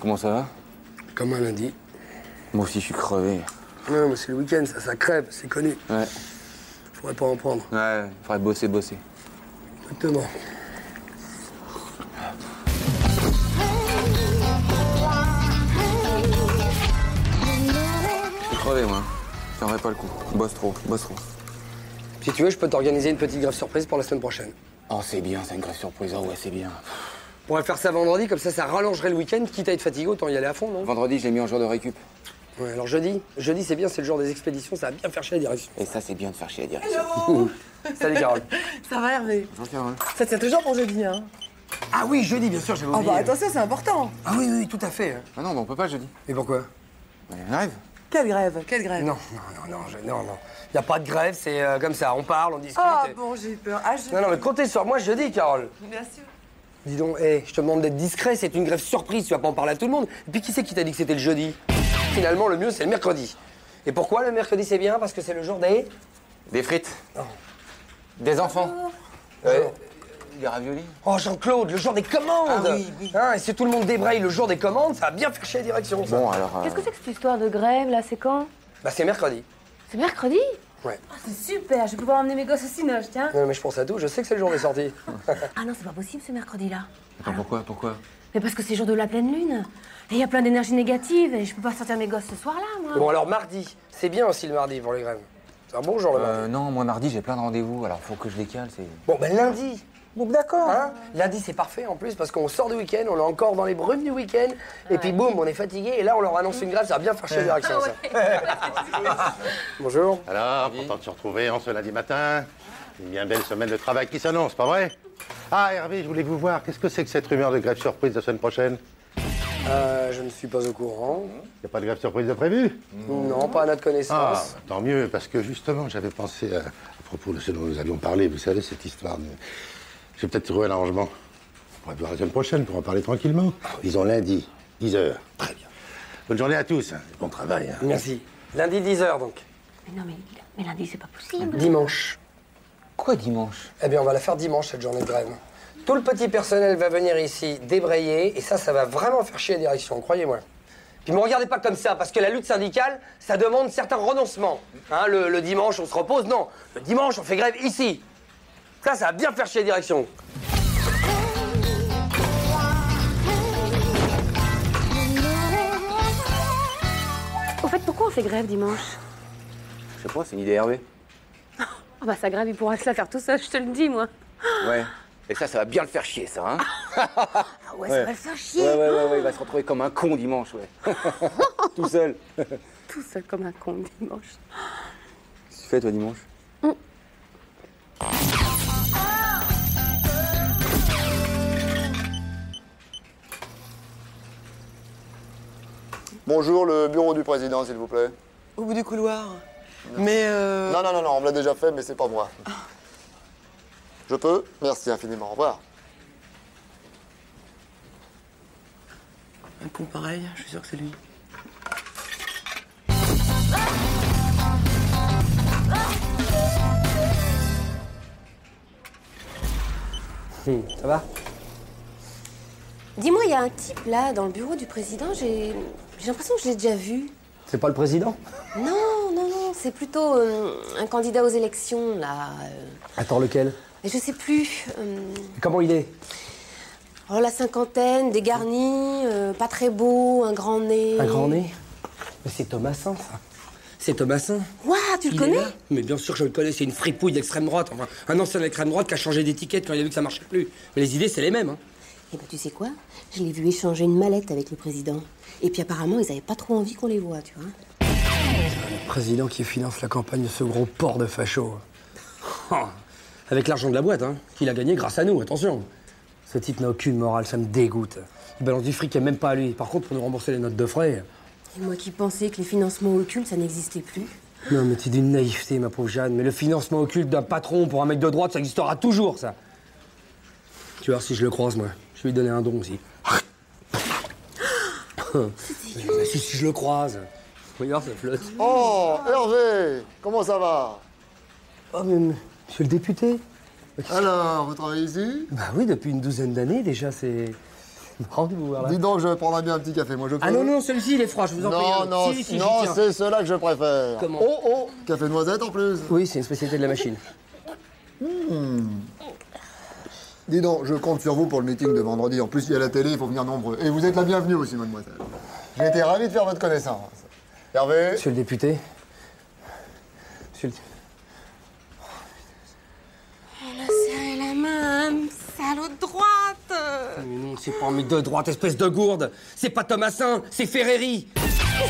Comment ça va Comme un lundi. Moi aussi, je suis crevé. Non, mais c'est le week-end, ça, ça crève, c'est connu. Ouais, Faudrait pas en prendre. ouais, faudrait bosser, bosser. Exactement. Je suis crevé, moi. Je tiendrai pas le coup. Bosse trop, bosse trop. Si tu veux, je peux t'organiser une petite grève surprise pour la semaine prochaine. Oh, c'est bien, c'est une grave surprise. Oh, ouais, c'est bien. On pourrait faire ça vendredi, comme ça, ça rallongerait le week-end. Quitte à être fatigué, autant y aller à fond, non Vendredi, je l'ai mis en jour de récup. Ouais, alors jeudi, jeudi, c'est bien, c'est le jour des expéditions, ça va bien faire chez la direction. Et ça, c'est bien de faire chier la direction. Salut, Carole. Ça va Hervé Bonjour, hein. Ça tient toujours pour jeudi hein ah oui, jeudi, bien sûr, j'avais Oh oublié. bah attention c'est important Ah oui, oui, tout à fait. Ah non, bah, on peut pas jeudi. Et pourquoi Ouais, on arrive. Quelle grève, quelle grève Non, non, non, non, je- non, non. Y a pas de grève, c'est euh, comme ça, on parle, on discute. Ah et- bon j'ai peur, ah je... Non, non, mais comptez sur moi jeudi, Carole. Bien sûr Dis donc, hé, je te demande d'être discret, c'est une grève surprise, tu vas pas en parler à tout le monde. Et puis qui c'est qui t'a dit que c'était le jeudi Finalement, le mieux, c'est le mercredi. Et pourquoi le mercredi, c'est bien Parce que c'est le jour des... Des frites. Oh. Des enfants. Euh, des raviolis. Oh, Jean-Claude, le jour des commandes Ah oui, oui. Hein, Et si tout le monde débraille le jour des commandes, ça va bien faire chier la direction, ça. Bon, alors. euh, Qu'est-ce que c'est que cette histoire de grève là C'est quand Bah, c'est mercredi. C'est mercredi Ouais. Ah, C'est super, je vais pouvoir emmener mes gosses au cinoche, tiens. Non, mais je pense à tout, je sais que c'est le jour des sorties. Ah non, c'est pas possible ce mercredi là. Attends, pourquoi, pourquoi Mais parce que c'est jour de la pleine lune. Et il y a plein d'énergie négative et je peux pas sortir mes gosses ce soir là, moi. bon, alors mardi, c'est bien aussi le mardi pour les grèves. C'est un bon jour, le Euh, mardi. non, moi, mardi, j'ai plein de rendez-vous, alors faut que je décale, c'est. Bon, ben lundi Donc d'accord Hein Lundi, c'est parfait en plus parce qu'on sort du week-end, on est encore dans les brumes du week-end, et puis boum, on est fatigué, et là on leur annonce une grève, ça va bien faire chier les Ah direction. ça. Bonjour. Alors, content de se retrouver en ce lundi matin. Une bien belle semaine de travail qui s'annonce, pas vrai Ah, Hervé, je voulais vous voir. Qu'est-ce que c'est que cette rumeur de grève surprise de semaine prochaine Euh, je ne suis pas au courant. Il n'y a pas de grève surprise de prévu Non, pas à notre Ah, connaissance. tant mieux, parce que justement, j'avais pensé à, à propos de ce dont nous avions parlé, vous savez, cette histoire de... J'ai peut-être trouvé un arrangement. On pourra se voir la semaine prochaine pour en parler tranquillement. Disons lundi, 10h. Ah Très bien. Bonne journée à tous. hein. Bon travail. hein. Merci. Lundi 10h donc. Mais non, mais, mais lundi c'est pas possible. Dimanche. Quoi dimanche Eh bien, on va la faire dimanche cette journée de grève. Tout le petit personnel va venir ici débrayer, et ça, ça va vraiment faire chier la direction, croyez-moi. Puis me regardez pas comme ça, parce que la lutte syndicale, ça demande certains renoncements. Hein, le, le dimanche, on se repose, non. Le dimanche, on fait grève ici. Ça, ça va bien faire chier la direction. Au fait, pourquoi on fait grève dimanche Je sais pas, c'est une idée Hervé. Ah bah ça grève, il pourra se la faire tout seul, je te le dis moi. Ouais. Et ça, ça va bien le faire chier, ça, hein Ah ouais, ça va le faire chier. Ouais, ouais, ouais, ouais, il va se retrouver comme un con dimanche, ouais. Tout seul. Tout seul comme un con dimanche. Qu'est-ce que tu fais, toi, dimanche Bonjour, le bureau du président, s'il vous plaît. Au bout du couloir Mais euh... Non, non, non, non, on me l'a déjà fait, mais c'est pas moi. Ah. Je peux Merci infiniment, au revoir. Un con pareil, je suis sûr que c'est lui Hmm, Ça va Dis-moi, il y a un type là dans le bureau du président, j'ai j'ai l'impression que je l'ai déjà vu. C'est pas le président Non, non, non, c'est plutôt euh, un candidat aux élections là. euh, Attends, lequel et je sais plus. euh, Comment il est oh, la cinquantaine, dégarni, euh, pas très beau, un grand nez. Un grand nez Mais c'est Thomasin, ça. C'est Thomasin. Ouah, tu le Il est connais là Mais bien sûr que je le connais, c'est une fripouille d'extrême droite. Enfin, un ancien d'extrême droite qui a changé d'étiquette quand il a vu que ça marchait plus. Mais les idées, c'est les mêmes. Hein. Eh ben, tu sais quoi Je l'ai vu échanger une mallette avec le président. Et puis apparemment, ils avaient pas trop envie qu'on les voit, tu vois. Président qui finance la campagne de ce gros porc de facho. Oh, Avec l'argent de la boîte, hein, qu'il a gagné grâce à nous, attention. Ce type n'a aucune morale, ça me dégoûte. Il balance du fric qui est même pas à lui. Par contre, pour nous rembourser les notes de frais. Et moi qui pensais que les financements occultes, ça n'existait plus. Non, mais t'es d'une naïveté, ma pauvre Jeanne. Mais le financement occulte d'un patron pour un mec de droite, ça existera toujours, ça. Tu vois, si je le croise, moi, je vais lui donner un don aussi. Mais si, si je le croise. Regarde, ça flotte. Oh, Hervé, comment ça va Oh, mais monsieur le député Alors, vous travaillez ici Bah oui, depuis une douzaine d'années déjà, c'est. c'est marrant de vous voir là. Dis donc, je prendrai bien un petit café, moi je peux. Ah non, non, celui-ci il est froid, je vous en paye Non, un. non, Si, si, j'y non, tiens. c'est cela que je préfère. Comment oh, oh, café noisette en plus. Oui, c'est une spécialité de la machine. Dis donc, je compte sur vous pour le meeting de vendredi. En plus, il y a la télé, il faut venir nombreux. Et vous êtes la bienvenue aussi, mademoiselle. J'ai été ravi de faire votre connaissance. Hervé Monsieur le député. Monsieur le. Elle a serré la main, salaud de droite Mais non, c'est pas mes deux droites, espèce de gourde C'est pas Thomasin, c'est Ferreri Ah.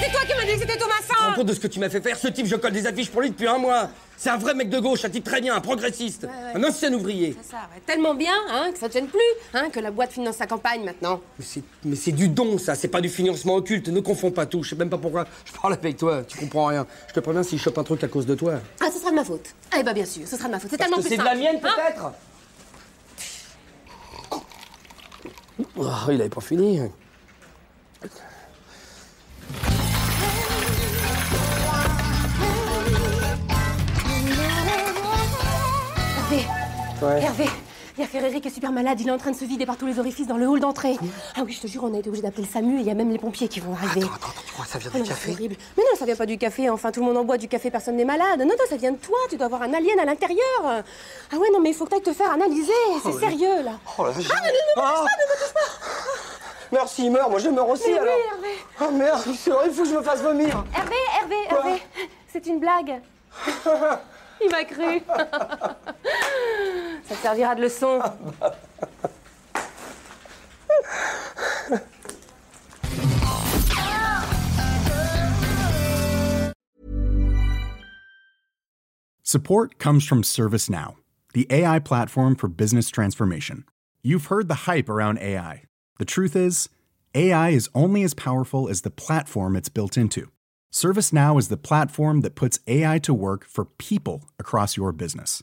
C'est toi qui m'as dit que c'était Tu te rends Thomasin compte de ce que tu m'as fait faire Ce type, je colle des affiches pour lui depuis un mois C'est un vrai mec de gauche, un type très bien, un progressiste ouais. Un ancien ouvrier Ça va tellement bien hein, que ça ne gêne plus, hein, que la boîte finance sa campagne maintenant. Mais c'est- Mais c'est du don, ça, c'est pas du financement occulte, ne confonds pas tout, je sais même pas pourquoi je parle avec toi, tu comprends rien. Je te préviens si je chope un truc à cause de toi. Ah, ce sera de ma faute. Ah, eh ben bien sûr, ce sera de ma faute. C'est Parce tellement que plus c'est de simple, la mienne Ah. hein. peut-être Oh, Il avait pas fini. Hervé, Hervé, il y a Ferreri qui est super malade, il est en train de se vider par tous les orifices dans le hall d'entrée. Ah oui, je te jure, on a été obligé d'appeler le SAMU et il y a même les pompiers qui vont arriver. Attends, attends, tu crois que ça vient Oh du non, café c'est horrible. Mais non, ça vient pas du café. Enfin, tout le monde en boit du café, personne n'est malade. Non, non, ça vient de toi. Tu dois avoir un alien à l'intérieur. Ah ouais, non, mais il faut que t'ailles te faire analyser. C'est sérieux, là. Oh là là, ah, mais ne me touche pas, ne me touche pas Merci, il meurt, moi je meurs aussi Mais oui, alors Hervé. Oh merde, c'est horrible, il faut que je me fasse vomir Hervé, Hervé, Hervé. C'est une blague. il m'a cru. ça te servira de leçon. Support comes from ServiceNow, the AI platform for business transformation. You've heard the hype around AI. The truth is, AI is only as powerful as the platform it's built into. ServiceNow is the platform that puts AI to work for people across your business,